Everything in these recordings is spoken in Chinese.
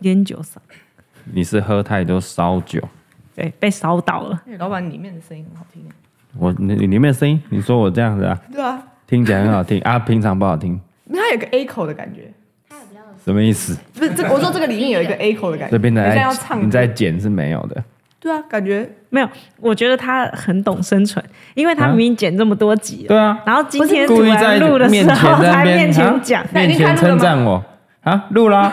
烟酒嗓，你是喝太多烧酒？对，被烧到了。老板里面的声音很好听。我你你里面的声音，你说我这样子啊，对啊，听起来很好听啊，平常不好听，它有个 A 口的感觉，什么意思？不是这我说这个里面有一个 A 口的感觉。这边的你现在要在唱歌你在剪是没有的，对啊，感觉没有，我觉得他很懂生存，因为他啊明明剪这么多集了，对啊，然后今天故突意然在录的面时前候在那才边面啊前讲，面前称赞我啊，录啦，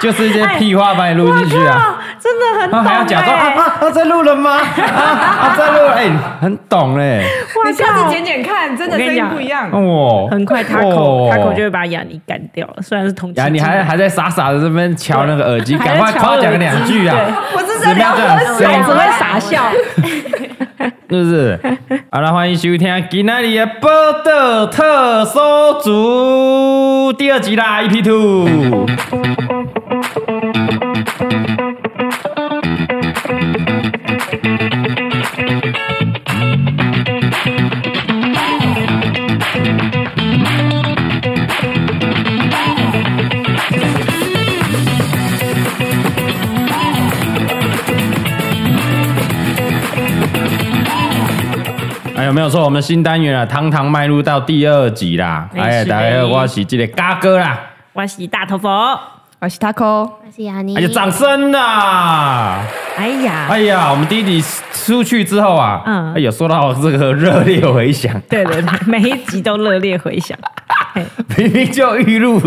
就是一些屁话把你录进去啊，真的很哎然懂后还要讲说啊哎、啊啊在录了吗？啊啊在录了，哎，很懂欸嘞，哇你下次靠剪剪看，真的我跟你声音讲不一样。哦，很快他口哦他口就会把雅尼干掉了，虽然是同期呀，你进还来还在傻傻的这边瞧那个耳机，还赶在快瞧夸耳奖两句啊！我是怎真么的要样这哎样喝水，谁我只会只傻会傻笑笑。是不 是？好了，欢迎收听今天的报道特搜组第二集啦 ，EP Two。哎，有没有错？我们新单元啊，堂堂迈入到第二集啦。没事哎，大家好我是这个嘎哥啦，我是大头佛，我是 Taco，我是雅尼，哎呀，掌声啦！哎呀，哎呀，我们第一集出去之后啊，嗯哎有受到这个热烈回响， 对对对，每一集都热烈回响，嘿明明就预录，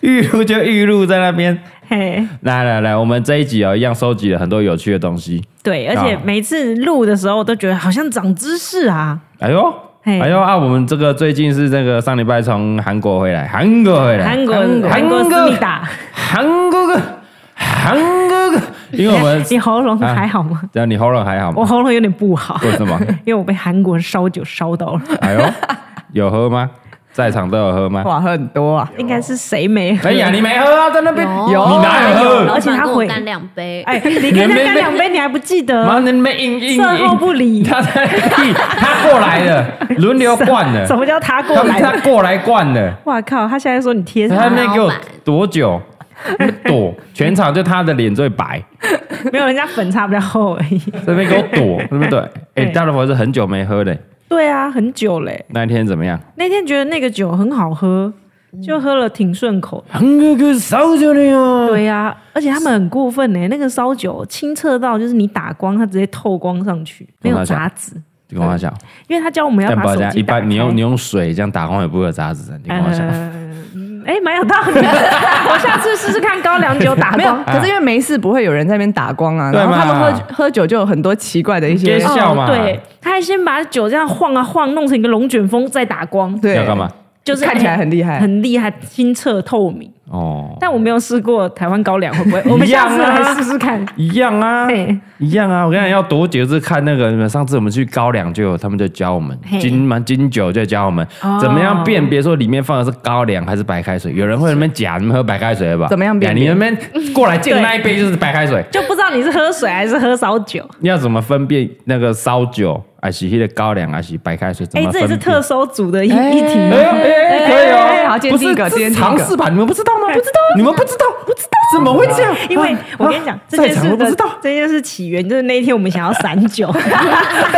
预录就预录在那边。嘿，来来来，我们这一集哦，一样收集了很多有趣的东西。对，而且啊每次录的时候都觉得好像长知识啊，哎呦，嘿哎呦啊！我们这个最近是这个上礼拜从韩国回来，韩国回来，韩国韩韩国国思密达，，韩国个，韩国个，因为我们你喉啊咙还好吗？这样你喉咙还好我吗？喉咙有点不好，为什么？因为我被韩国人烧酒烧到了。哎呦，有喝吗？在场都有喝吗？哇，喝很多啊。应该是谁没喝？哎呀，你没喝啊，在那边，有你哪有有喝而？且他跟会我干两杯， 哎，你跟你他没干两杯，你还不记妈得？的，你没硬硬售后不硬，理，他在地，他过来的，轮流灌 的什，么叫他过他来他的？过来灌的。哇靠！他现在说你贴他他，那给老我板多久？躲，全场就他的脸最白，没有人家粉擦比较厚而 已。这边给我躲，对不对？哎、对大老婆是很久没喝嘞，对啊，很久嘞。那一天怎么样？那天觉得那个酒很好喝，就喝了挺顺口。韩哥哥烧酒了哟，对呀、啊，而且他们很过分呢、那个烧酒清澈到就是你打光，它直接透光上去，没有杂质。你跟我讲，因为他教我们要哦但把不好手讲，机一打开。般你用你用水这样打光也不会有杂质的，你跟我讲。呃，哎，蛮有道理 的。我下次试试看高粱酒打没有，光。可是因为没事不会有人在那边打光啊，啊对然嘛后他们喝喝酒就有很多奇怪的一些你别笑嘛哦对，他还先把酒这样晃啊晃，弄成一个龙卷风，再打光，对要干嘛？？就是看起来很厉害很厉害，清澈透明。哦，但我没有试过台湾高粱会不会，我们一下样啊次来试试看。一样啊，嘿一样啊！我跟你讲，要多久是看那个，上次我们去高粱就有，他们就教我们嘿金嘛金酒就教我们哦怎么样辨别说里面放的是高粱还是白开水。有人会在那边假，你们喝白开水了吧？怎么样辨别呀你那边过来敬对那一杯就是白开水，就不知道你是喝水还是喝烧酒。你要怎么分辨那个烧酒啊，是那个高粱啊，是白开水？怎哎么，这分也辨？是特搜组的一哎一题。哎呦哎哎，可以哎哦，好今不天是第一个这今天是第一常个识吧？你们不知道吗？不知道，你们不知道，不知道，怎么会这样？因为啊我跟你讲啊，这件在场事都不的知道。这件事起源就是那一天我们想要散酒，被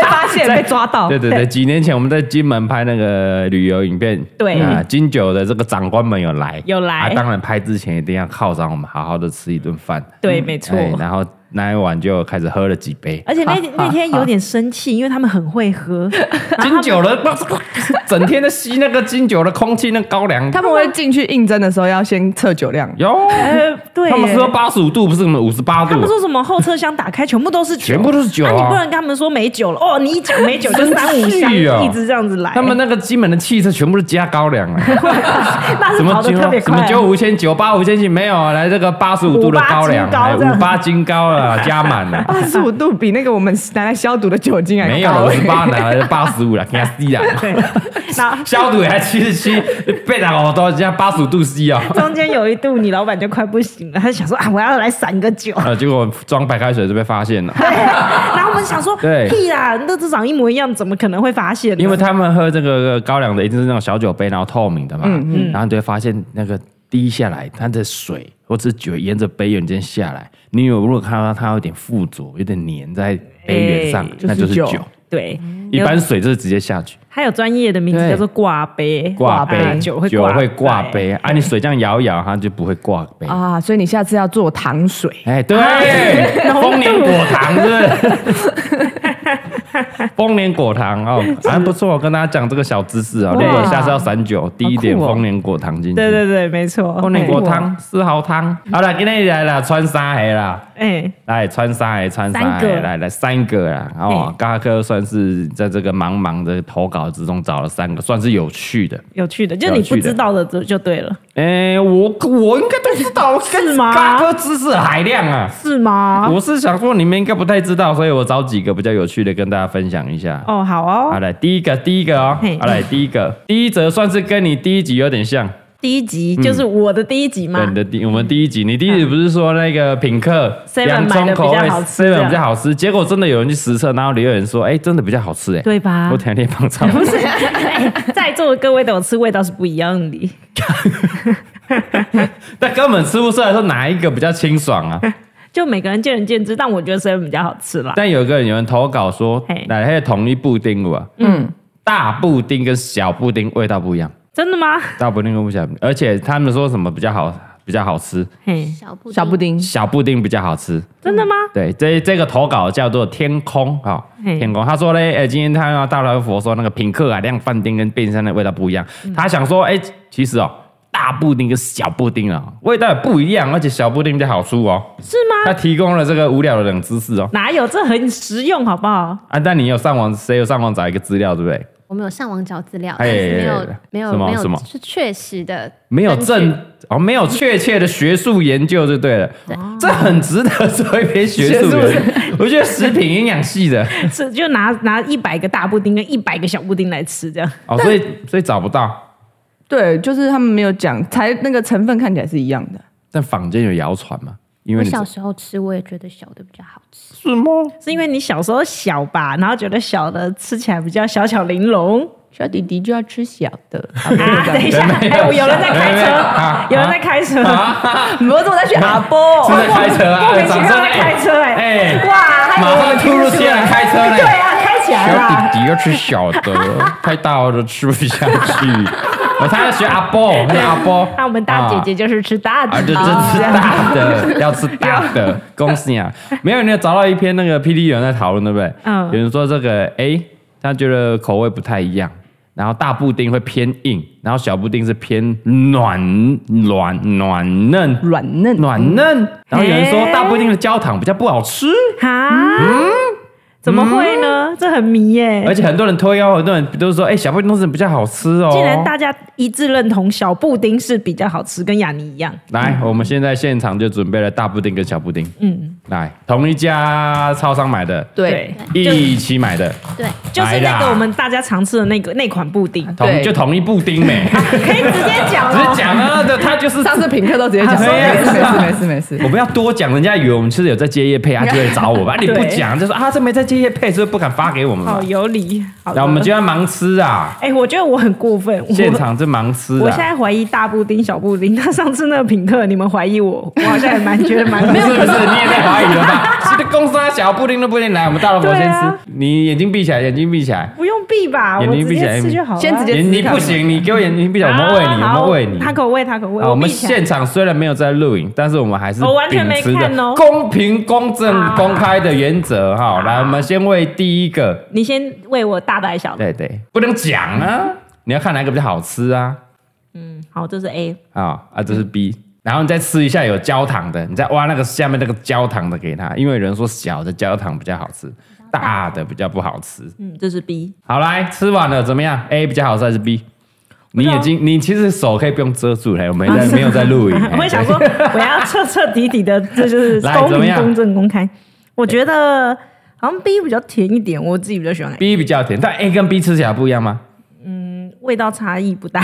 发 现被抓到，对对对，几年前我们在金门拍那个旅游影片，对啊，金九的这个长官们有来，有来啊，当然拍之前一定要犒赏我们，好好的吃一顿饭，对，没错。哎然后那一晚就开始喝了几杯，而且那那天有点生气，因为他们很会 喝，金九的整天的吸那个金九的空气，那高粱，他们会进去应征的时候要先测酒量，哟，呃，对耶，他们喝八十五度不是什么五十八他度们，说什么后车厢打开全部都是酒，全部都是酒啊那你不能跟他们说没酒了哦，你一讲没酒就三五箱，生气哦一直这样子来，他们那个金门的汽车全部是加高粱啊， 那是什么跑的九特别什么啊快，九五千九八五千几没有啊，来这个八十五度的高粱，五八金哎高这样五八金高了，加满了。八十五度比那个我们拿来消毒的酒精还哎高没有了，五十八拿了八十五了，给他 C 了，对，那啊消毒也还七十七，被打好多，人家八十五度 C 啊、中间有一度你老板就快不行了，他想说啊，我要来散个 酒，啊，结果装白开水就被发现了，然后我们想说对屁啦，那只长一模一样，怎么可能会发现呢？因为他们喝这个高嗯粱的一定是那种小酒杯，然后透明的嘛，然后你就会发现那个滴下来，它的水我只是酒沿着杯缘这样下来，你有如果看到它有点附着，有点粘在杯缘上哎，那就是就是酒酒。对，一般水就是直接下去，还有专业的名字对叫做挂杯，挂杯啊酒会酒会挂杯，杯啊，你水这样摇一摇，它就不会挂杯。啊，所以你下次要做糖水，哎，对，丰年果糖是 不是，丰年果糖哦，还不错。我跟大家讲这个小知识哦，哇如果下次要散酒，第一点好酷哦丰年果糖进去。对对哎对，没错。丰年果好汤、四毫汤。好了，今天来了，穿三个啦。哎，来穿三个，穿三三个哎个，来来三个啦！哦嘿，嘎哥算是在这个茫茫的投稿之中找了三个，算是有趣的。有趣的，就是你不知道的就就对了，哎、我我应该都知道，是嘎吗？哥知识海量啊！是吗？我是想说你们应该不太知道，所以我找几个比较有趣的跟大家分享一下。哦，好好哦，来，第一个，第一个哦嘿，好来，第一个，第一则算是跟你第一集有点像，第一集就是我的第一集嘛嗯对，你的第我们第一集，你第一集不是说那个品客 Seven 洋买葱的口味哎比较好吃 seven 这样比较好吃，结果真的有人去实测，然后留言说，哎，真的比较好吃，哎，对啊吧我？ 天天放上， 不是，哎在座的各位的我吃味道是不一样的。但根本吃不出来说哪一个比较清爽 啊。就每个人见仁见智，但我觉得 seven 比较好吃啦。但有个人有人投稿说嘿，哪些统一布丁有啊？嗯，大布丁跟小布丁味道不一样。真的吗？大布丁跟不小布丁，而且他们说什么比较好，比较好吃，嘿，小布小布丁，小布丁比较好吃。真的吗？对，这这个投稿叫做天空哈、哦嘿天空。他说嘞，哎，今天他要大老佛说那个品客啊、量饭店跟便利商店的味道不一样，他想说，哎，其实哦。大布丁跟小布丁啊、味道也不一样，而且小布丁比较好出哦。是吗？他提供了这个无聊的冷知识哦。哪有？这很实用，好不好？ 啊，但你有上网，谁有上网找一个资料，对不对？我们有上网找资料，哎但是没有哎哎没有什么没什么有是确实的，没有根据证哦，没有确切的学术研究就对了，这很值得做一篇学术学研究。我觉得食品营养系的是就拿拿一百个大布丁跟一百个小布丁来吃，这样哦，所以所以找不到，对，就是他们没有讲，才那个成分看起来是一样的。但坊间有谣传嘛，因我为你小时候吃，我也觉得小的比较好吃。是吗？是因为你小时候小吧，然后觉得小的吃起来比较小巧玲 珑小弟弟就要吃小的， 啊。等一下，没有哎，我有人在开没有没有啊车，有人在开车，你们怎么 在学啊阿波是？在开车啊，莫名其掌声妙在开车，哎哎，哇，还马有上突如其来开车对嘞，啊，开起来小啦。弟弟要吃小的，太大了吃不下去。 我他要学阿波，他叫阿波，那我们大姐啊姐就是吃大啊，的，这这吃大的，要吃大的，恭喜啊！没有，你有找到一篇那个 P D 有人在讨论，对不对？嗯有人说这个，哎，他觉得口味不太一样，然后大布丁会偏硬，然后小布丁是偏软软软嫩软嫩软嫩，然后有人说诶大布丁的焦糖比较不好吃，哈？嗯怎么会呢？这很迷耶、而且很多人推哦，很多人都说，哎，小布丁是比较好吃哦。竟然大家一致认同小布丁是比较好吃，跟雅尼一样。来，我们现在现场就准备了大布丁跟小布丁，嗯，来同一家超商买的，对，一起买的。对，就是来那啦个我们大家常吃的那个那款布丁，同对就同一布丁美， 可以直接讲只是哦。讲啊，对他就是。上次品客都直接讲，啊对啊没事没事没事我没 事，们要多讲，人家以为我们其实有在接业配， 他就会找我吧。啊你不讲就说啊，这没在接业配，所以不敢发给我们嘛好。有理，好的然后我们今天忙吃啊，哎、我觉得我很过分，我现场就忙吃我现啊。在怀疑大布丁、小布丁。他上次那个品客，你们怀疑我，我好像也蛮觉得蛮 不是不是，你也太怀疑了 吧？是的，公司啊，小布丁都不一定来，我们大老婆对先啊吃。你眼睛闭起来，眼睛闭起来，不用避吧，我眼睛直闭起来接吃就好了。先直接眼你不行，你给我眼睛闭起来，我们喂你，啊我好们喂你。他口味，他口味。啊，我们闭起来现场虽然没有在录影，但是我们还是我完全秉持没着看哦啊公平、公正、公开的原则哈。来，我们先为第一个，你先喂我大的还是小的？对对，不能讲啊，你要看哪个比较好吃啊，嗯，好，这是 A。啊啊，嗯这是 B。然后你再吃一下有焦糖的，你再挖那个下面那个焦糖的给他，因为有人说小的焦糖比较好吃，大的比较不好吃。嗯，这是 B。好，来吃完了怎么样？A 比较好吃还是 B？你眼睛，你其实手可以不用遮住了，我没在没有 在录影。嘿啊我也 想说，我要彻彻底底的，这就是来公怎么平、样公正、公开。我觉得好像 B 比较甜一点，我自己比较喜欢 A， B 比较甜，但 A 跟 B 吃起来不一样吗？ 味道差异不大。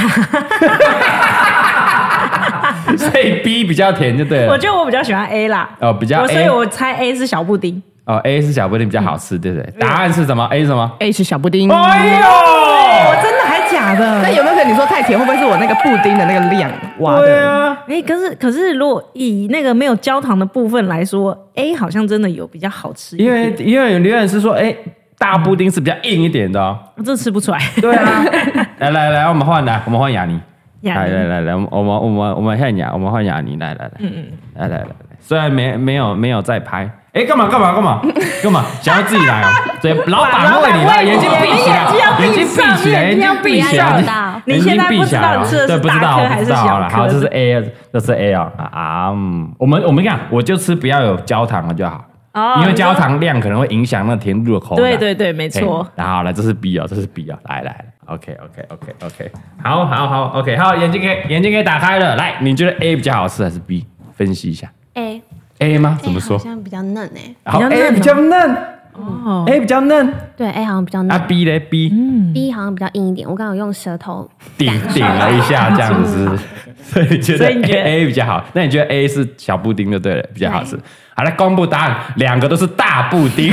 所以 B 比较甜就对我了。觉得我比较喜欢 A 啦，哦，比较我所 A 以我猜 A 是小布丁。哦，A 是小布丁比较好吃，对不对？答案是什么？A 是什么？哎，是小布丁。哎呦，哦真的还假那的？有没有可能你说太甜，会不会是我那个布丁的那个量挖对的？啊，哎，可是可是，如果以那个没有焦糖的部分来说，A 好像真的有比较好吃一因点，为因为有留言是说，哎，大布丁是比较硬一点的哦。我真的吃不出来。对啊， 来来来，我们换啊来，我们换雅尼。 雅来尼来来来，我们我们我们我们换雅，我们换雅尼，来来来，嗯嗯，来来来，虽然没没有没有在拍，哎，干嘛干嘛干嘛干嘛，想要自己来哦，对，老板为你来，眼睛闭起来，眼睛闭起来，眼睛闭起来，你眼睛现在闭不起知来道哦你吃的对是不知大道颗我还不是知道小了，颗好，这是 A，这是 A 哦啊啊，嗯我们我们看，我就吃不要有焦糖的就好，哦因为焦糖量可能会影响那甜度的口感。对对对，没错嘿。然后来，这是 B 哦，这是 B 哦，来来来，OK OK OK OK，好好好，OK，好，眼睛可以眼睛可以打开了。来，你觉得 A 比较好吃还是 B？分析一下 A A 吗？ A 怎么说哎好？像比较嫩哎，好比较嫩，A 哦比较嫩哦，嗯，A 比较嫩。对 A 好像比较啊嫩，B 嘞，B ，B 好像比较硬一点。我刚刚有用舌头顶顶了一下这样子， 所以你觉得所以你觉得 A 比较好？那你觉得 A 是小布丁就对了，比较好吃对。好来公布答案，两个都是大布丁。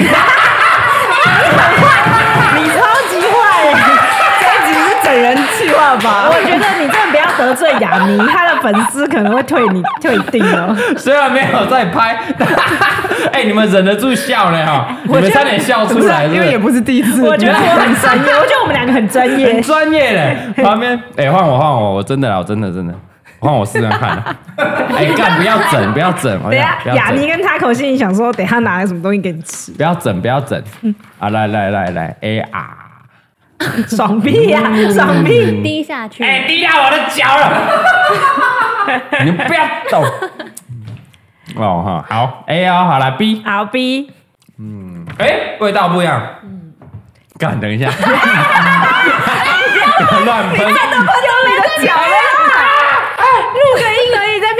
你超级坏耶， 这一集是整人气话吧？我觉得你真的不要得罪雅尼，他的粉丝可能会退你退订 哦。虽然没有在拍， 哎、你们忍得住笑呢哈？你我觉得们差点笑出来，因为也是不不是第一次，我觉得我很专业，我觉得我们两个很专是？业很。专业嘞，旁边哎，换、我换我，我真的啦，我真的真的换我试试看啊。哎、干不要整，不要整，我等一讲下不，要雅尼整，跟他口心里想说，等一下拿了什么东西给你吃，不要整，不要整。啊，来来来来，A R，爽屁呀、爽屁！滴下去，哎、滴到我的脚了， 你们不要动。哦哈，好 A R 好了 B，好 B，哎、味道不一样。干，等一 下，乱喷。有脚了啦！哎录个音而已，在那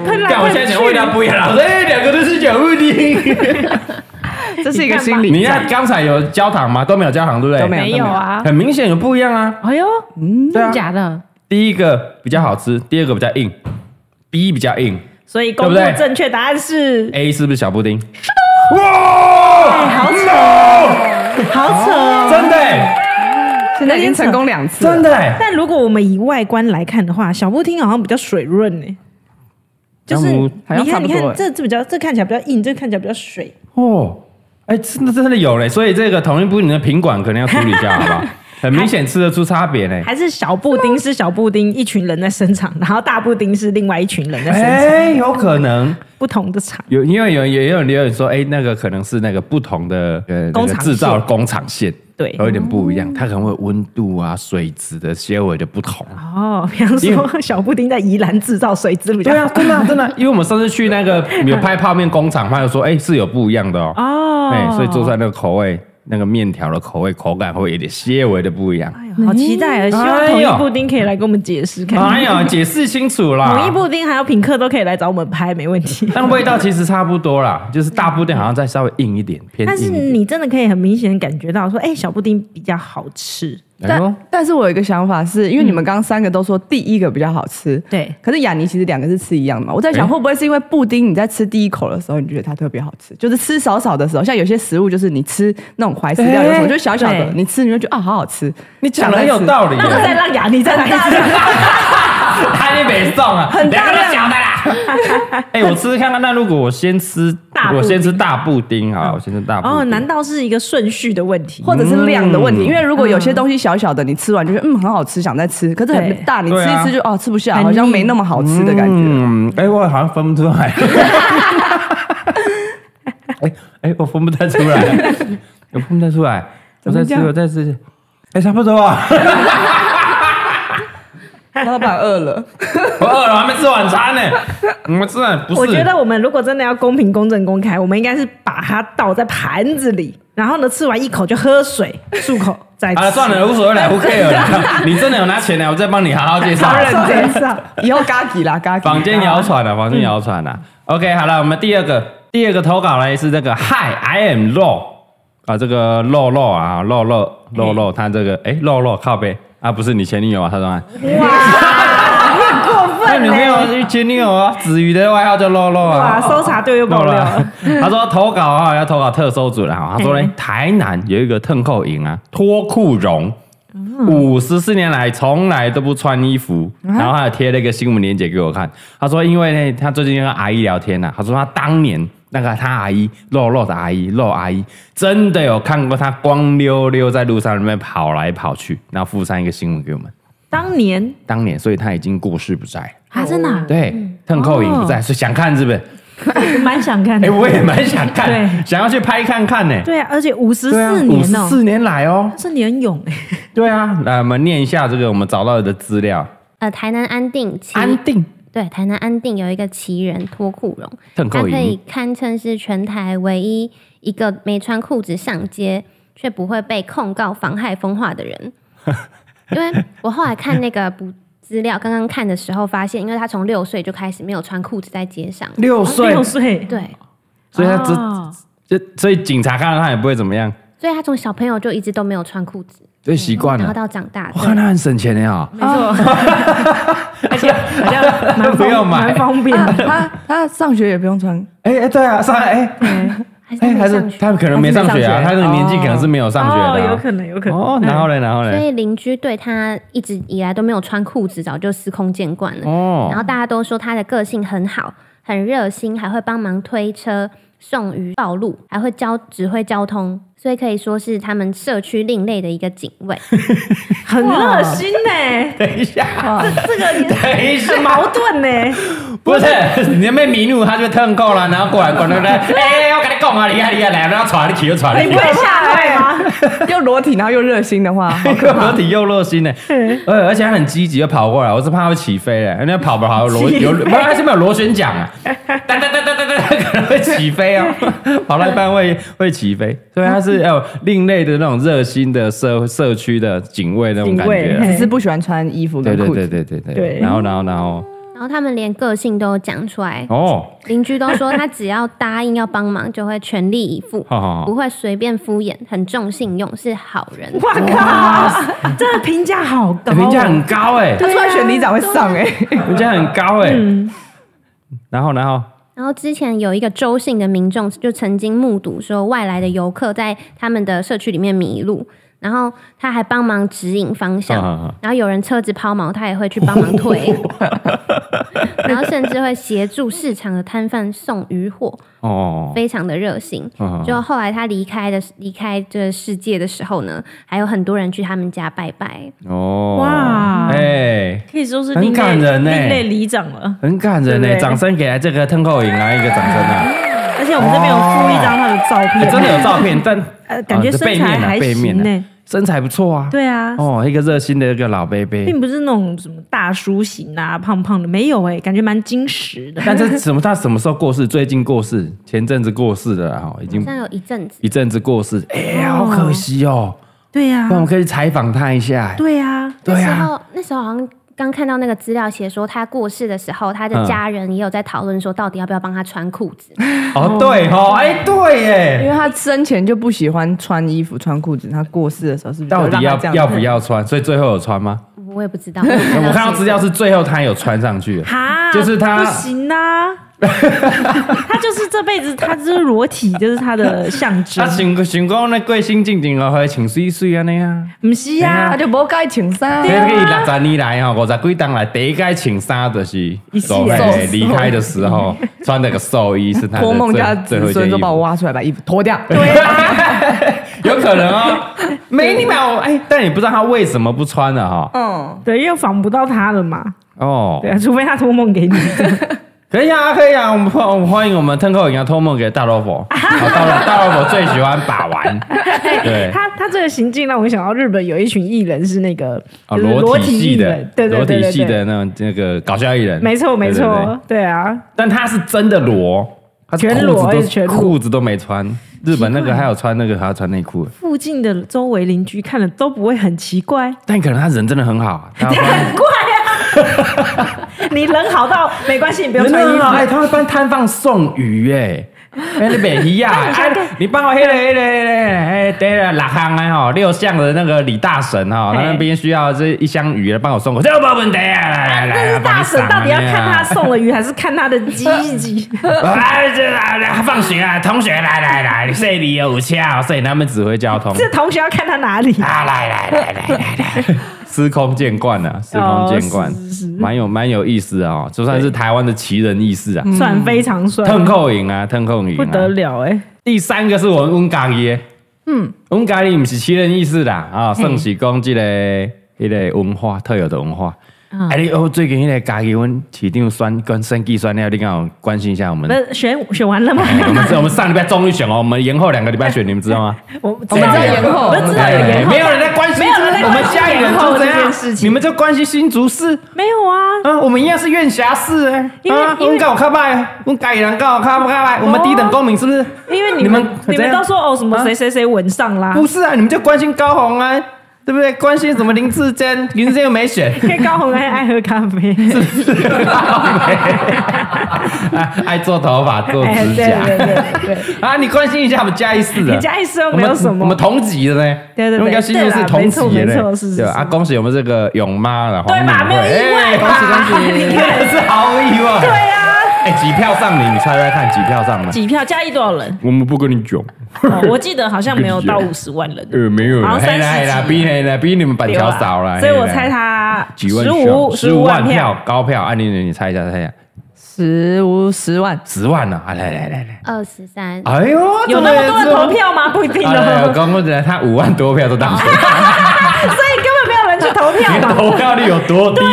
边喷来干，我现喷去在讲。味道不一样了。哎，两个都是小布丁。 这是一个心理 你战 看刚才有焦糖吗？都没有焦糖，对不对？都没有没有啊，很明显有不一样啊。哎呦，对啊，假的？第一个比较好吃，第二个比较硬，B 比较硬所以公布对不对正确答案是， ，A 是不是小布丁？哇，好丑，好扯哦。真的欸，现在已经成功两次了，真的 欸。但如果我们以外观来看的话，小布丁好像比较水润呢、就是姜母好像你差看，不你多看欸这这比较，这看起来比较硬，这看起来比较水。哦，哎，真的真的有嘞，所以这个同一部你的品管可能要处理一下，好不好？很明显吃得出差别嘞。还是小布丁是小布丁，一群人在生产，然后大布丁是另外一群人在生产，哎，有可能不同的厂。有，因为有也有留言说，哎，那个可能是那个不同的呃那工个厂制造线工厂线，对有一点不一样，它可能会有温度啊、水质的些微的不同。哦，比方因说小布丁在宜兰制造水质比较对啊，真的啊、真的啊、 因为我们上次去那个有拍泡面工厂，他就说，哎，是有不一样的哦，哦，哎，所以做出来那个口味，那个面条的口味口感会有点些微的不一样。哎呦好期待啊！希望统一布丁可以来跟我们解释看。哎呀，解释清楚啦！统一布丁还有品客都可以来找我们拍，没问题。但味道其实差不多啦，就是大布丁好像再稍微硬一点，偏但硬是一点。你真的可以很明显地感觉到说，哎、小布丁比较好吃。哎呦但但是我有一个想法是，因为你们刚刚三个都说第一个比较好吃，对可是雅尼其实两个是吃一样的嘛。我在想，诶会不会是因为布丁你在吃第一口的时候，你觉得它特别好吃？就是吃少少的时候，像有些食物就是你吃那种怀石料理的时候，诶就小小的对，你吃你就觉得啊，好好吃。你讲的很有道理 耶，那再让雅尼再来一次。他也没送啊，很大两个都量假的啦。 哎，我吃吃看看，那如果我先吃大，布丁我先吃大布丁啊，我先吃大布 丁。哦，难道是一个顺序的问题？或者是量的问题，因为如果有些东西小小的，你吃完就觉得嗯很好吃，想再吃，可是对很大，你吃对啊一吃就哦吃不下，很腻好像没那么好吃的感觉。嗯，哎，我好像分不 出来。哎哎，我分不太出 来，我分不太出来。我再吃，怎么这样我再吃。哎，差不多啊， 老板饿了，我饿了，我还没吃晚 餐呢。你们吃完不是？我觉得我们如果真的要公平、公正、公开，我们应该是把它倒在盘子里，然后呢吃完一口就喝水，漱口再吃。啊，算了，无所 谓了，不 care 了。你真的有拿钱来，我再帮你好 好介绍。超认真上。 以后嘎吉啦嘎吉。坊间谣传啊，坊间谣传啊。OK，好了，我们第二个第二个投稿来是这个 Hi，I am 肉啊，这个肉肉啊，肉肉肉肉，他这个哎肉肉靠背啊，不是你前女友啊，他说啊，哎哇，过那分女了、朋友前女友啊，子瑜的外号叫肉肉啊哇，。搜查队又爆漏料了了。， 他说投稿啊，要投稿特搜组了哈。他说呢，台南有一个特扣营啊，脱裤绒五十四年来从来都不穿衣服，嗯然后他有贴了一个新闻链接给我看，他说因为呢，他最近跟阿姨聊天呐、啊他说他当年那个他阿姨肉肉的阿姨肉阿姨真的有看过他光溜溜在路上里面跑来跑去，然后附上一个新闻给我们，当年当年所以他已经过世不在了，啊，真的啊、对，嗯邓寇颖不哦在，所以想看是不是？我蛮想看 哎、的。我也蛮想看，对想要去拍看看呢、对啊，而且五十对啊四，五年十哦、四年来哦，他是年勇哎、对啊，来我们念一下这个我们找到的资料，呃，台南安定奇安定对台南安定有一个奇人脱裤绒，邓它寇可以颖，堪称是全台唯一一个没穿裤子上街却不会被控告妨害风化 的人。因为我后来看那个补资料，刚刚看的时候发现，因为他从六岁就开始没有穿裤子在街上，六岁六，岁，对，所以他只哦这所以警察看到他也不会怎么样，所以他从小朋友就一直都没有穿裤子，就习惯然后了。到长大，我看对他很省钱的啊，没错， 而且好像蛮 不要方买蛮方便啊的。他他上学也不用 穿，哎哎，对啊，上哎还是哎，没还上是学。他可能没上学啊，他还是这没上学个年纪可能是没有上学哦，的有啊。可能，有可能。哦，然后嘞，然后所嘞，以邻居对他一直以来都没有穿裤子，早就司空见惯了。哦然，后大家都说他的个性很好，很热心，还会帮忙推车、送鱼、道路，还会教指挥交通，所以可以说是他们社区另类的一个警 卫。很热心呢、等一下，这个也等一下很，矛 盾呢、不是你被迷路，他就腾够了，然后过来过来过来，哎，我跟你讲啊，你看你看，来，然后喘你起就喘 你你不去。会下来吗？又裸体然后又热心的话，好可合体又热心呢，呃而而且他很积极，就跑过来，我是怕他会起飞嘞，人家跑不好有螺起飞有，不是他是没有螺旋桨啊， 哒哒哒哒哒哒，可能会起 飞哦，跑到一半会会起飞，所以他是嗯有另类的那种热心的社社区的警卫那种警感卫嘿觉，啊只是不喜欢穿衣服对跟对裤子对。对对对，对然后然后然后然后他们连个性都有讲出来，哦，，邻居都说他只要答应要帮忙，就会全力以赴 好好不好，会随便敷衍，很重信用，是好人。哇靠，这个评价好高、哦哎评价很高 哎，他出来选里长会上哎、评价很高哎，嗯然后然后然后之前有一个周姓的民众就曾经目睹说外来的游客在他们的社区里面迷路，然后他还帮忙指引方向，嗯嗯嗯然后有人车子抛锚，他也会去帮忙推，然后甚至会协助市场的摊贩送鱼货，哦，非常的热心。嗯就后来他离开的离开这个世界的时候呢，还有很多人去他们家拜拜。哦，哇哎。可以说是很另类感人呢另类里长了。很感人呢、对欸不对掌声给来这个腾扣影啊，一个掌声啊！而且我们这边有附一张他的照片，欸真的有照片，但呃，感觉啊这身背材面啊，还背面行呢、啊，身材不错啊。对啊，哦，一个热心的一个老贝贝并，不是那种什么大叔型啊，胖胖的，没有哎、感觉蛮矜持的。但这什么？他什么时候过世？最近过世，前阵子过世的哈，已经好像有一阵子，一阵子过世。哎、呀，好可惜哦。对呀、那我们可以采访他一下、对呀、对那时啊，候那时候好像刚看到那个资料写说，他过世的时候，嗯他的家人也有在讨论说，到底要不要帮他穿 裤子？哦对哦，哎、对因耶，为他生前就不喜欢穿衣服、穿裤子，他过世的时候是不是到底就让要他这样要不要穿？所以最后有穿吗？我也不知道。我看到资料是是最后他有穿上去了。哈，就是他不行啊， 他就是这辈子，他就是裸体，就是他的 象征他。想想讲那贵姓静静哦，还穿水水安尼啊。不是哎呀、他啊，就不该请衫所以伊六十年来吼，五十几档来第一该穿衫就是所谓寿司离开的时候穿那个寿衣是他的托梦家最最后子一件孙衣都把我服，挖出来，把衣服脱掉。有可能哦，没你买我哎，但也不知道他为什么不穿了哈。嗯，对，因为仿不到他了嘛。哦对，啊，除非他托 梦给你。可以啊，可以啊，我们欢我们欢迎我们腾扣影啊，托梦给大萝卜，好大萝大萝卜最喜欢把玩，对。他他这个行径让我想到日本有一群艺人是那个哦，就是裸体艺系的人，，对对裸对体系对对，的那种那个搞笑艺人，没错没对对对错，对啊，但他是真的裸，他是全裤裸子而都且全裸裤子都没穿。日本那奇个怪还有穿那个还要穿内裤，附近的周围邻居看了都不会很奇怪。 但可能他人真的很好，他要穿很怪啊！你人好到没关系，你不用穿衣人很好哎，服。他会帮摊贩送鱼哎，哎，你北一呀！哎，你帮我黑了黑了黑了，哎，对了，哪行哎哈，六项的那个李大神哈，他那边需要这一箱鱼，帮我送过去，这没问题啊！来来但来，是大神到底要啊看他送了鱼，还是看他的 鸡鸡？哎，这来放学啊，同学来来来，这里有枪，所以他们指挥交通。这同学要看他哪里？啊，来来来来来来，司空见惯啊，司空见惯哦是是是，蛮有蛮有意思啊，就算是台湾的奇人异事啊，算非常算，腾扣影啊，腾扣影不得了哎、第三个是我们温家耶，嗯，温家里不是奇人异事啦，啊，算是讲这个一个文化特有的文化。哎，你哦，最近那个家己阮市长选跟选计选了，你敢有关心一下我们不？是选选完了吗？哎我们我们上礼拜终于选哦，我们延后两个礼拜选，你们知道吗？我我们知道延后我们知道有延后，没有人在关心，没有人在我关们心家里人就这这件样事，情你们就关心新竹市没有啊，啊，我们一样是院辖市哎，因为哦啊，因为我刚好看拜，我改人刚好看不看拜，我们低等公民是不是？因为你们你你们们都说哦什么啊谁谁谁吻上啦，不是啊，你们就关心高红啊，对不对？关心什么林志坚，林志坚又没选， 因为高红安爱喝咖 啡，啊爱做头发做哎指对甲对对对对，啊，你关心一下我们嘉义市啊的你。家一生 我没们有什么，我们同级的呢，对对对我们跟新竹对是啦同级没的呢错，是是对吧是啊，恭喜我们这个勇妈了，对吧？黄没敏有慧意外哎吧？ 你看真的是毫无意外。对啊，哎、几票上你？你猜猜看，几票上呢？几票加一多少人？我们不跟你讲，哦我记得好像没有到五十万人，呃，没有好啦，像嘿啦30嘿啦，几比嘿啦，比你们板对桥吧少啦。所以嘿啦我猜他几万十五十十五五万万票票，高票，啊，你你你猜一下，猜一下，十五十万，十万呢、啊？来来来来，二十三，哎呦，有那么多人投票吗？不一定啊？来我哦，刚刚讲他五万多票 都当选，所以根本没有人去投你啊票啊看嘛。投票率有多低？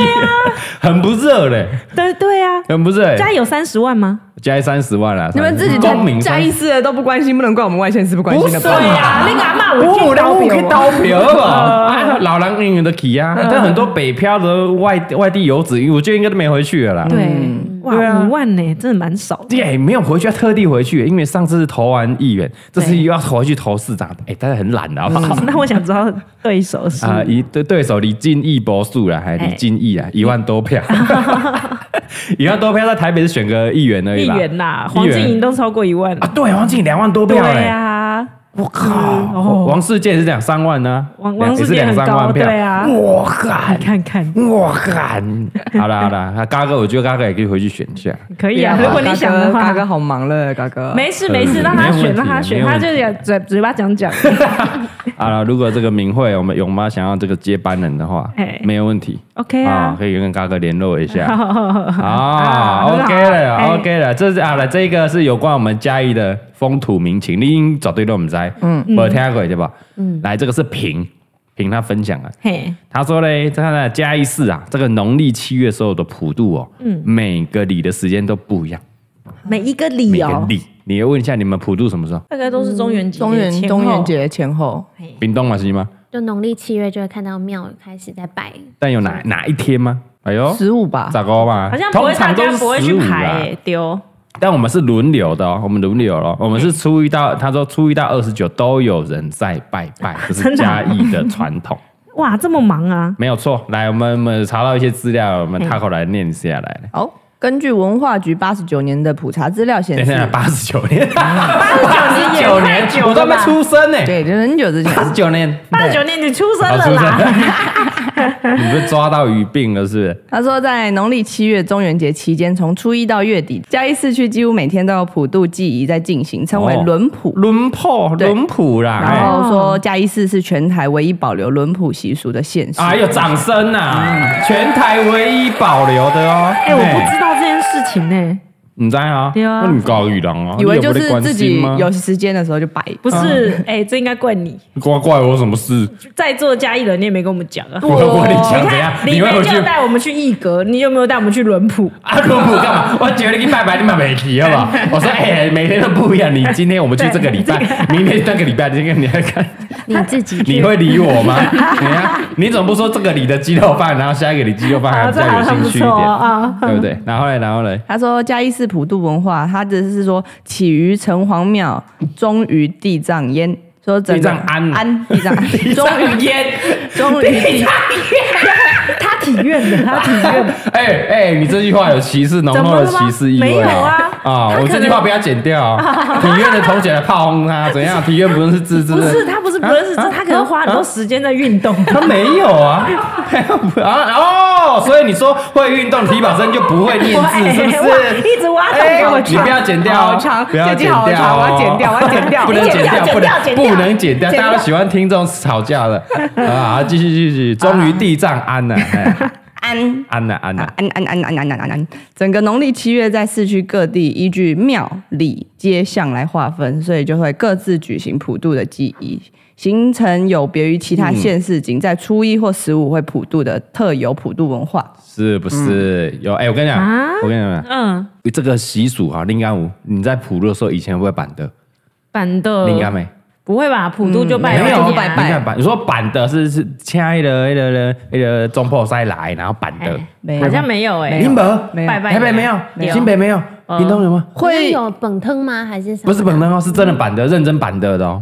很不热嘞， 对对啊，很不热、家欸，有三十万吗？加三十万啦，你们自己公民嘉义市的都不关心，不能怪我们外县市不关心的不吧是啊那个阿妈我我的哦我去去刀刀票啊，老狼英语的题啊，但很多北漂的外外地游子，我觉得应该都没回去了啦。嗯对，哇，对啊五万呢，真的蛮少 的。对，没有回去，要特地回去，因为上次是投完议员，这次又要回去投市长，哎，大家很懒的好不好？那我想知道对手是啊，一对对手李进义博数啦，还李进义啊，一万多票， 一万多票在台北是选个议员而议已吧？员呐，议黄员静莹都超过一万啊，了。对，王静两万多对啊票嘞，呀，我嗯靠，哦王世杰也是两三万呢，哦王王也世是杰两很三万高，票，对啊，我靠你，看看我看，好啦好啦，那 嘎哥，我觉得嘎哥也可以回去选 一下。可以啊，如果你想的话嘎哥，嘎。哥好忙了，嘎哥。没事没嗯事，让他选，让他选，他就讲嘴嘴巴讲 讲，好了，如果这个明慧我们勇妈想要这个接班人的话哎，没有问题 OK 啊可以跟嘎哥联络一 下。啊啊 很好，OK 了哎，OK 了，这是啊了，这个是有关我们嘉义的风土民情，你应找对都唔知，嗯，没听过对吧？嗯，来，这个是平平他分享啊，嘿，他说嘞，他的嘉义市啊，这个农历七月时候的普渡哦，嗯，每个里的时间都不一样，每一个每理个里，你要问一下你们普渡什么时候？大概都是中元节中元前后中元节前后，冰冻嘛是吗？就农历七月就会看到庙开始在拜，但有哪哪一天吗？哎呦，十五吧，咋个嘛？好像不通会大常都家是不会去15啦排欸丢，但我们是轮流的哦，我们轮流了，我们是初一到他说初一到二十九都有人在拜 拜，这是真的嘉啊义的传统， 哇，这么忙啊，没有错。来，我们我们查到一些资料，我们 Taco 来念下 来。好，根据文化局八十九年的普查资料显等一下，示， 八十九 年，八十也太年，久我都了没吧出生呢，对，就是很久之前八十九年，八十九年你出生好了啊出啦，生， 你被抓到鱼病了是不是？他说，在农历七月中元节期间，从初一到月底，嘉义市区几乎每天都有普渡祭仪在进行，称为哦轮普。轮破对轮普啦，然哎后说，嘉义市是全台唯一保留轮普习俗的县市。哎呦，掌声呐！全台唯一保留的哦。哎，我不知道这件事情呢，你知啊？对啊那你搞鱼郎啊？以为就你有没得是自关心己吗有时间的时候就摆，不啊是，哎，这应该怪你，关怪我什么事？在座的嘉义人你也没跟我们讲啊。我我你讲你怎样？看，你你会没回去有带我们去义格，你有没有带我们去伦普？阿伦啊普干嘛？我觉得你拜拜你买没提好不好？我说哎、每天都不一样。你今天我们去这个礼拜，明天那个礼拜，这个你要看，你自己 你去。会理我 吗？你看，你怎么不说这个里的鸡肉饭，然后下一个里鸡肉饭还啊，比这较好有像兴不趣一错点，啊。啊对不对？ 然后嘞，然后嘞，他说嘉义市普渡文化，他只是说起于城隍庙，终于地藏庵。说整个地藏庵庵 地藏庵，终于烟，终于地藏他 体院的，他体院的，哎哎，你这句话有歧视浓怎厚么的了吗歧视意味没有啊哦啊！我这句话不要剪 掉啊！体院的同学来炮轰他，怎样？体院不认识字，不是他不是不认识啊字，他可能花很多时间在运 动。他没有啊， 啊哦，所以你说会运动体保生就不会念 字，是不哎哇是？一直挖哎洞，你不要剪掉哦好长，不要这剪句掉好长哦，我要剪掉我要剪掉不能剪掉，剪掉不能剪掉不能剪掉，大家都喜欢听这种吵架的啊！继续继续继续，终于地藏安了，哎安安了安了啊。安安安安安安安安！整个农历七月在市区各地依据庙里街巷来划分，所以就会各自举行普渡的祭仪，形成有别于其他县市仅在初一或十五会普渡的特有普渡文化。是不是？有哎、我跟你讲，啊我跟你讲，嗯，这个习俗哈，林干五，你在普渡的时候以前会不会板的？板的林干没？不会吧？普渡就拜没拜有年啊，拜你看板，你说板的是是掐的，那个那个那个中破塞来，然后板的。没有好像没有哎林，北没有拜拜台北没有，新北没有，屏东有吗？会有本坑吗？还是什么？不是本灯哦，是真的板的，认真板的的哦，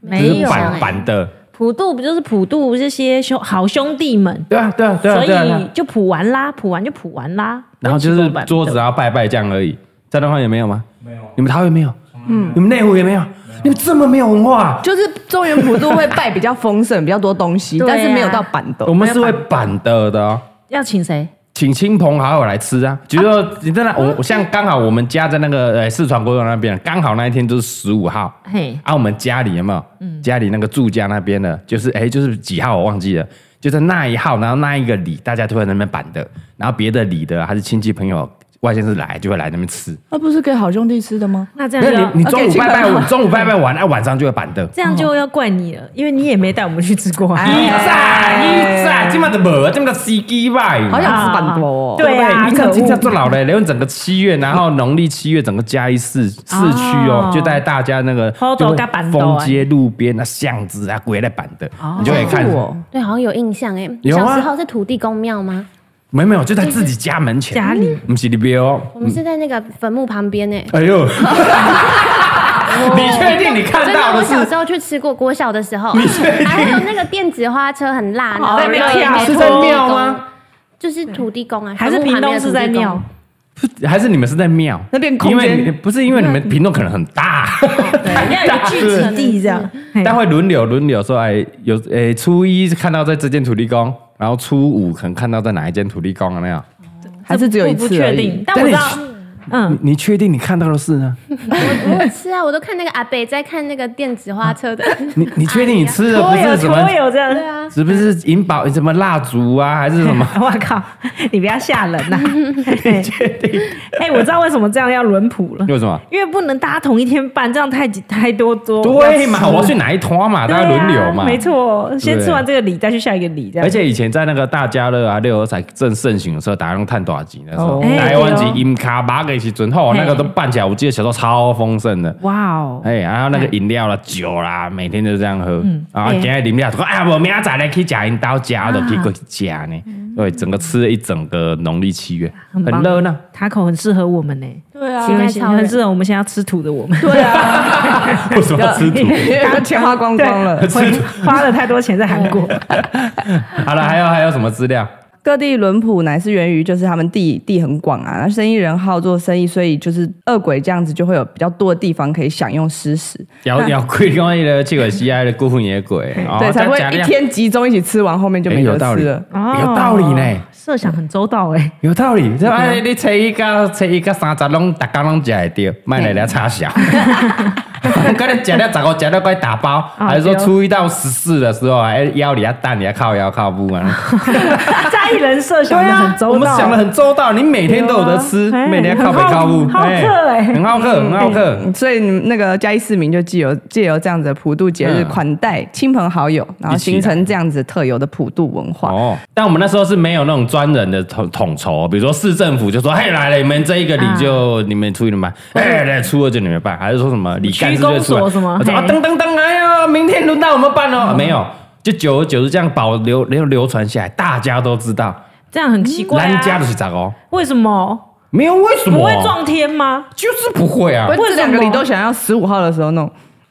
没就有啊是哎板板的。普渡不就是普渡这些兄好兄弟们，对啊，对啊，对啊，所对啊。对啊以就普完啦，普完就普完啦。然后就是桌子啊，然后拜拜这样而已。在那块也没有吗？没有。你们桃园没有？嗯。你们内湖也没有？你们这么没有文化啊？就是中原普渡会拜比较丰盛，比较多东西，对啊但是没有到板我斗。们是会板的的哦。要请谁？请亲朋好友来吃啊！比如说，你在那，我我像刚好我们家在那个呃四川国道那边，刚好那一天就是十五号，嘿，啊，我们家里有没有？家里那个住家那边的，就是哎，就是几号我忘记了，就在那一号，然后那一个里，大家都会在那边板的，然后别的里的还是亲戚朋友外县市来就会来那边吃。那、不是给好兄弟吃的吗？那这那样就你要你中午拜拜给亲朋好完，友中午拜拜完，啊，晚上就会板的。这样就要怪你了，因为你也没带我们去吃过啊。一炸一炸，今晚的没，今晚的司机拜。好想吃板斗哦。对啊，你看可今天恶。做老嘞，连整个七月，然后农历七月整个嘉义市市区哦哦，就带大家那个好就多会跟板凳风街路边啊、巷子啊、鬼在板的，你就可以看好。酷哦对，好像有印象哎。有啊小时候在土地公庙吗？没有没有，就在自己家门前，家里不是里边哦。我们是在那个坟墓旁边哎。哎 呦，你确定你看 真的，到我的哦是小时候去吃过，国小的时候， 你确定还有那个电子花车很辣，然后哦在庙热跳没是土在地庙公吗？就是土地公 啊，还是坟墓屏旁边东的是土在地公庙？还是你们是在庙？那边空因为间你不是因为你们屏东可能很大，人家有个聚集地这样。嘿但会轮流轮流说，哎，有哎，初一看到在这间土地公，然后初五可能看到在哪一间土地公啊那样。还是只有一我不次而确已定， 但我知道，嗯，你确定你看到的是呢？我我吃啊，我都看那个阿北在看那个电子花车的，你你确定你吃的不拖有是什拖么？有这对样。 啊，是不是银宝什么蜡烛啊，还是什么？我靠！你不要吓人 呐、确定？哎、我知道为什么这样要轮谱 了，为什么？因为不能大家同一天办，这样太挤太多桌。对嘛， 要吃我去哪一摊嘛，对大家轮流嘛。啊，没。错，先对吃完这个礼，再去下一个礼，这样。而且以前在那个大家乐啊、六合彩正盛行的时候，大家用探多少集那时候，哦台湾集银卡八个时阵吼，那个都办起来，我记得小时候超丰盛的。哇哦，哎，然后那个饮料啦、酒啦，每天都这样喝。嗯啊，哎今天饮料说，哎呀，我明仔载来去吃因到家都去过去吃呢。嗯对，整个吃了一整个农历七月，很棒热 闹。塔口很适合我们呢、对啊期待超很人适合我们现在要吃土的我们。对啊，为什么要吃土？因为钱花光光了。啊 花了太多钱在韩国，好了，还有还有什么资料？各地轮普乃是源于就是他们地地很广啊，那生意人好做生意，所以就是恶鬼这样子就会有比较多的地方可以享用施食，要要贵另外一个七鬼西爱的孤魂野鬼，哦对，才会再加一量天集中一起吃完，后面就哎没有得道理吃了。哦有道理呢，设想很周到哎、 有道理。这哎，你初一到初一到三十拢，大家拢食会着，卖来了差小。 可能食了十五，食了快打包，哦还是说初一到十四的时候，哎，腰里啊蛋里啊靠腰靠 步啊。在意人设对想的啊很，我周们到，想的很周到，你每天都有得吃，对啊每天靠北靠步，哎很好客哎很好客，很好客。所以那个嘉义市民就借由借由这样子的普渡节日嗯款待亲朋好友，然后一起来形成这样子特有的普渡文化。哦，但我们那时候是没有那种专人的统统筹，比如说市政府就说：“嘿，来了，你们这一个里啊就、你们出去办，哎，来初二就你们办，还是说什么里干事就出嗯区公所来什么我说嘿嗯啊，噔噔噔，哎呀，明天轮到我们办哦，没有，就久而久之这样保留流流传下来，大家都知道，这样很奇怪人家啊的。是咋哦？为什么没有为什么？不会撞天吗？就是不会啊我！为什么这两个你都想要十五号的时候弄，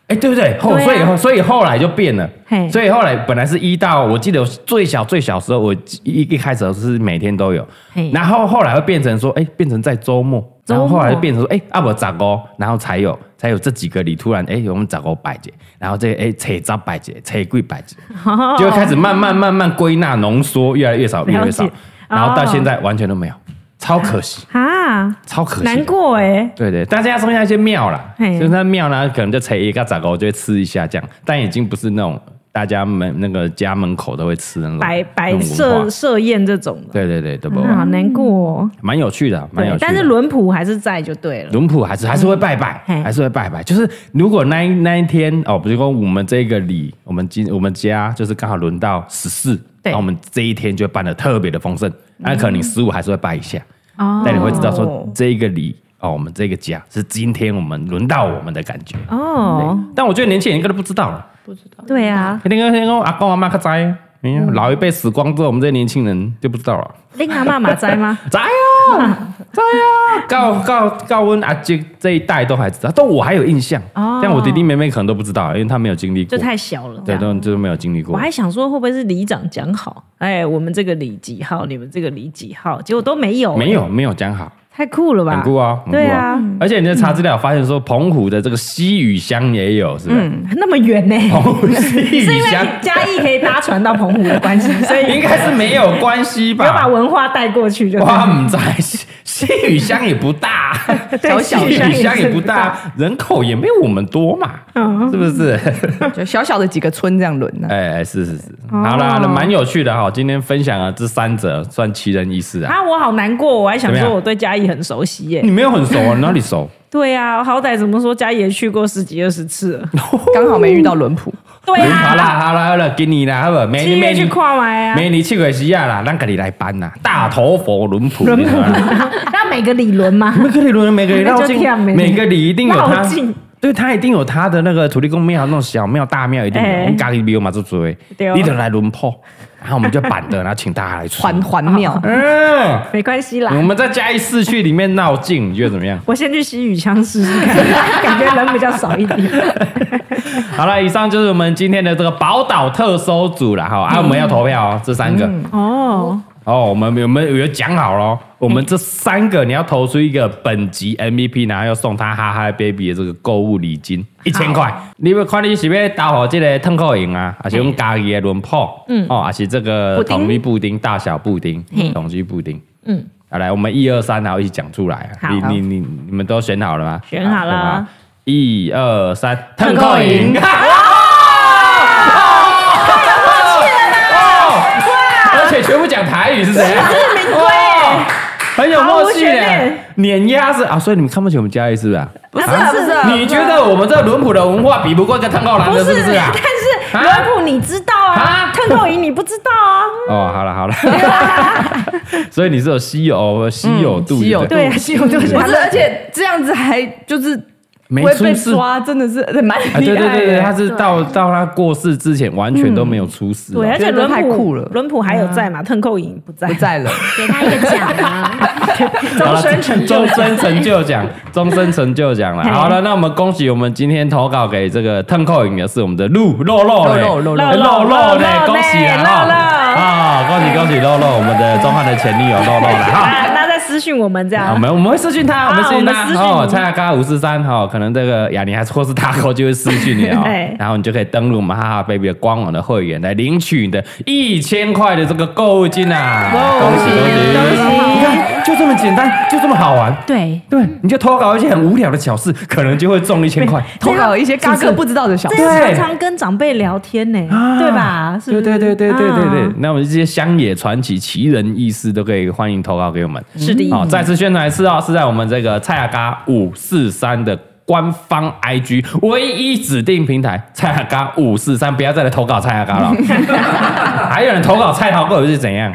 哎、哎，对不对？后对啊所以后所以后来就变了嘿，所以后来本来是一到我记得我最小最小时候，我一一开始是每天都有嘿，然后后来会变成说，哎，变成在周末，周然末后后来变成说，哎，啊我咋哦，然后才有才有这几个里突然哎，我们咋哦百节，然后这个哎车张百节，车贵百节，哦就会开始慢慢慢慢归纳浓缩，越来越少，越来越少了解，然后到哦现在完全都没有，超可惜，啊，超可惜，难过哎、对对，大家剩下一些庙啦，嘿就是那庙呢，可能就采一个杂狗就会吃一下这样，但已经不是那种大家门那个家门口都会吃的那种摆摆那种文设化设宴这种的，对对对，对不？啊，好难过、哦。蛮有趣的，蛮有对趣，的。但是轮谱还是在就对了。轮普还是还是会拜拜，嘿还是会拜拜。就是如果那一那一天哦，比如说我们这个礼，我们今我们家就是刚好轮到十四，对嗯然后我们这一天就办的特别的丰盛。那可能你十五还是会拜一下，哦但你会知道说这一个礼哦，我们这个家是今天我们轮到我们的感觉。哦，但我觉得年轻人应该都不知道了。不知道。对啊，那个那个阿公阿妈可在，没有老一辈死光之后，我们这些年轻人就不知道了。令阿妈马灾 吗？ 在啊，在啊，告告告温阿姐这一代都还知道，但我还有印象。哦但我弟弟妹妹可能都不知道，因为他没有经历就，过太小了。对，都就是没有经历我过。还想说会不会是里长讲好，哎，我们这个里几号，你们这个里几号，结果都没有、欸没，有没有讲好，太酷了吧？很酷啊，很酷对啊啊，而且你在查资料发现说，澎湖的这个西屿乡也有，是吧？嗯那么远呢、澎湖西是屿因为乡嘉义可以搭船到澎湖的关系，所以应该是没有关系有把吧？文化带过 去就对哇，唔在西西屿乡也不大， 对小西乡屿也乡也是不不大大，人口也没有我们多嘛，嗯是不是？ 就小小的几个村这样轮呢、哎哎，是是是，哦好啦，那蛮有趣的哈。今天分享了啊这三者，算奇人异事啊。啊，我好难过，我还想怎么说样我对嘉义很熟悉耶、你没有很熟啊？哪里熟？对啊，我好歹怎么说嘉义也去过十几二十次了。刚好没遇到轮谱， 对好啦啊，好啦好啦，给你啦，好不好？美七女美月去女，跨买啊，美女去过西亚啦，咱给你来搬啦。大头佛轮谱，轮你知道吗那每个理论吗？每个里轮每个里那就绕境忝欸，每个里一定有绕他境。对他一定有他的那个土地公庙，那种小庙、大庙一定有。哎我们家里庙嘛，就做的对哦你得来轮破，然后我们就板的，然后请大家来 吃。环环庙。嗯，没关系啦我，们在嘉义市区里面闹境，你觉得怎么样？我先去西语腔试试看，感觉人比较少一点。好了，以上就是我们今天的这个宝岛特搜组了哈。啊，我们要投票哦，这三个哦，哦，我们有没有有讲好咯，我们这三个你要投出一个本集 MVP，然后要送他哈哈 baby 的这个购物礼金一千块。你们看你是要投好这个腾扣营啊，还是用家己的轮泡？嗯，哦，还是这个布丁统一布丁、大小布丁嘿、统一布丁。嗯，好，来，我们一二三，然后一起讲出来。啊好你你你你们都选好了吗？选好了好。一二三，腾腾扣扣营营。而且全部讲台语是谁？是名贵，很有默毫无契悬嘞念。碾压是啊，所以你们看不起我们嘉义是不是啊？不是啊不是，你觉得我们这轮普的文化比不过一个汤告兰不的，是是不是啊？ 但啊是轮普你知道啊啊，腾扣营你不知道啊，哦，好了好了，所以你是有稀有稀有度，嗯稀有度对啊，西游就是不是，而且这样子还就是没不会出被事。抓，真的是蛮厉啊，害对的。对对对，他是到到他过世之前完全都没有出事哦，对，而且觉得轮太普酷了轮普还嗯有在嘛，腾扣营不在不， 在了， 给他一个奖啊！好终了身成就终。身成就奖，终身成就奖了。嘿好了，那我们恭喜我们今天投稿给这个腾扣影的是我们的露肉肉嘞，肉肉肉肉哎肉肉嘞，肉肉恭喜啊！肉哈肉啊，恭喜恭喜肉肉，我们的中汉的前女友肉肉了哈。 啊，那再私讯我们这啊我样，们我们会私讯他，我们私讯我他们私讯哦，你蔡雅刚五四三哈，可能这个雅尼还是或是大哥就会私讯你哦哎，然后你就可以登录我们哈哈 baby 的官网的会员来领取你的一千块的这个购物金啊！恭喜恭喜恭喜你看就这么简单，就这么好玩。对，对，你就投稿一些很无聊的小事，可能就会中一千块。投稿一些嘎哥不知道的小这事，样常常跟长辈聊天呢，对吧？是不对是啊对对对对对对啊，那我们这些乡野传奇、奇人异事都可以欢迎投稿给我们。是的，好，再次宣传一次哦，是在我们这个蔡雅嘎五四三的官方 IG 唯一指定平台蔡雅嘎五四三，不要再来投稿蔡雅嘎了。还有人投稿蔡桃哥是怎样？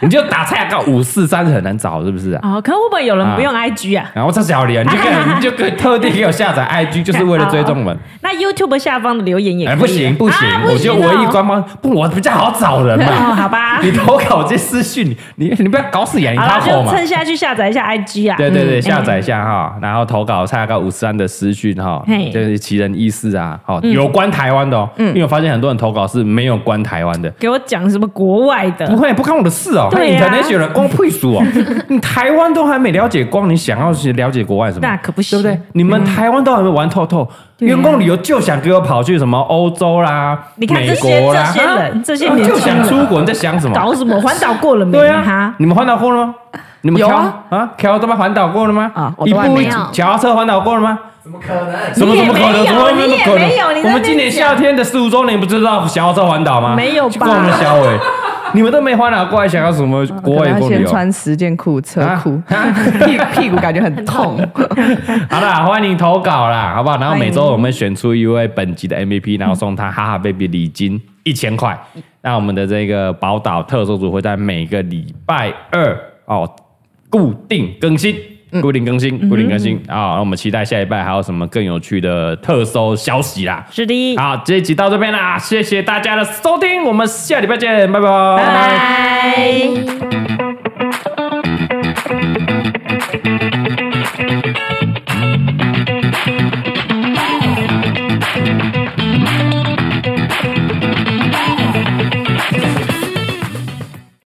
你就打蔡雅嘎五四三很难找，是不是啊？哦，可能会不会有人不用 IG 啊？然后这小李啊，你就可以你就可以特地给我下载 IG，就是为了追踪我们。那 YouTube 下方的留言也可哎，以不行不行，啊我觉得不行哦唯一官方不，我比较好找人哦， 嘛。好吧，你投稿这私讯，你你不要搞死眼睛好他了，口就嘛。趁现在去下载一下 IG 啊。对对对，下载一下哈，然后投稿蔡雅高五三的私讯哈嘿，嗯就是奇人异事啊，好有关台湾的哦，因为我发现很多人投稿是没有关台湾的。给我讲什么国外的不？会，不看我的事哦。对啊 international 光配 数哦，你台湾都还没了解光，你想要去了解国外什么？那可不对行，不对？你们台湾都还没玩透透，对啊员工旅游就想给我跑去什么欧洲啦、你看美这些国啦，这些人啊这些年轻就人想出国，你在想什么？搞什么？环岛过了没？对啊哈，，你们环岛过了吗？你们有桥啊啊，桥都把环岛过了吗？啊我一都还步没一有脚踏车环岛过了吗？怎么可能？什么你怎也么可能？没有怎么会你那也么可能没有你在那边？我们今年夏天的十五周年不就是绕小澳洲环岛吗？没有吧去逛我们的小尾，你们都没环岛过来，想要什么国可外能要国旅先游？穿十件裤、车裤，屁屁股感觉很 痛。好啦，欢迎投稿啦，好不好？然后每周我们选出一位本集的 MVP，然后送他哈哈 baby 礼金一千块。那我们的这个宝岛特搜组会在每个礼拜二哦固定更新。固定更新，固定更新啊！那、我们期待下一拜还有什么更有趣的特搜消息啦。是的，好，这一集到这边啦，谢谢大家的收听，我们下礼拜见，拜拜拜。拜。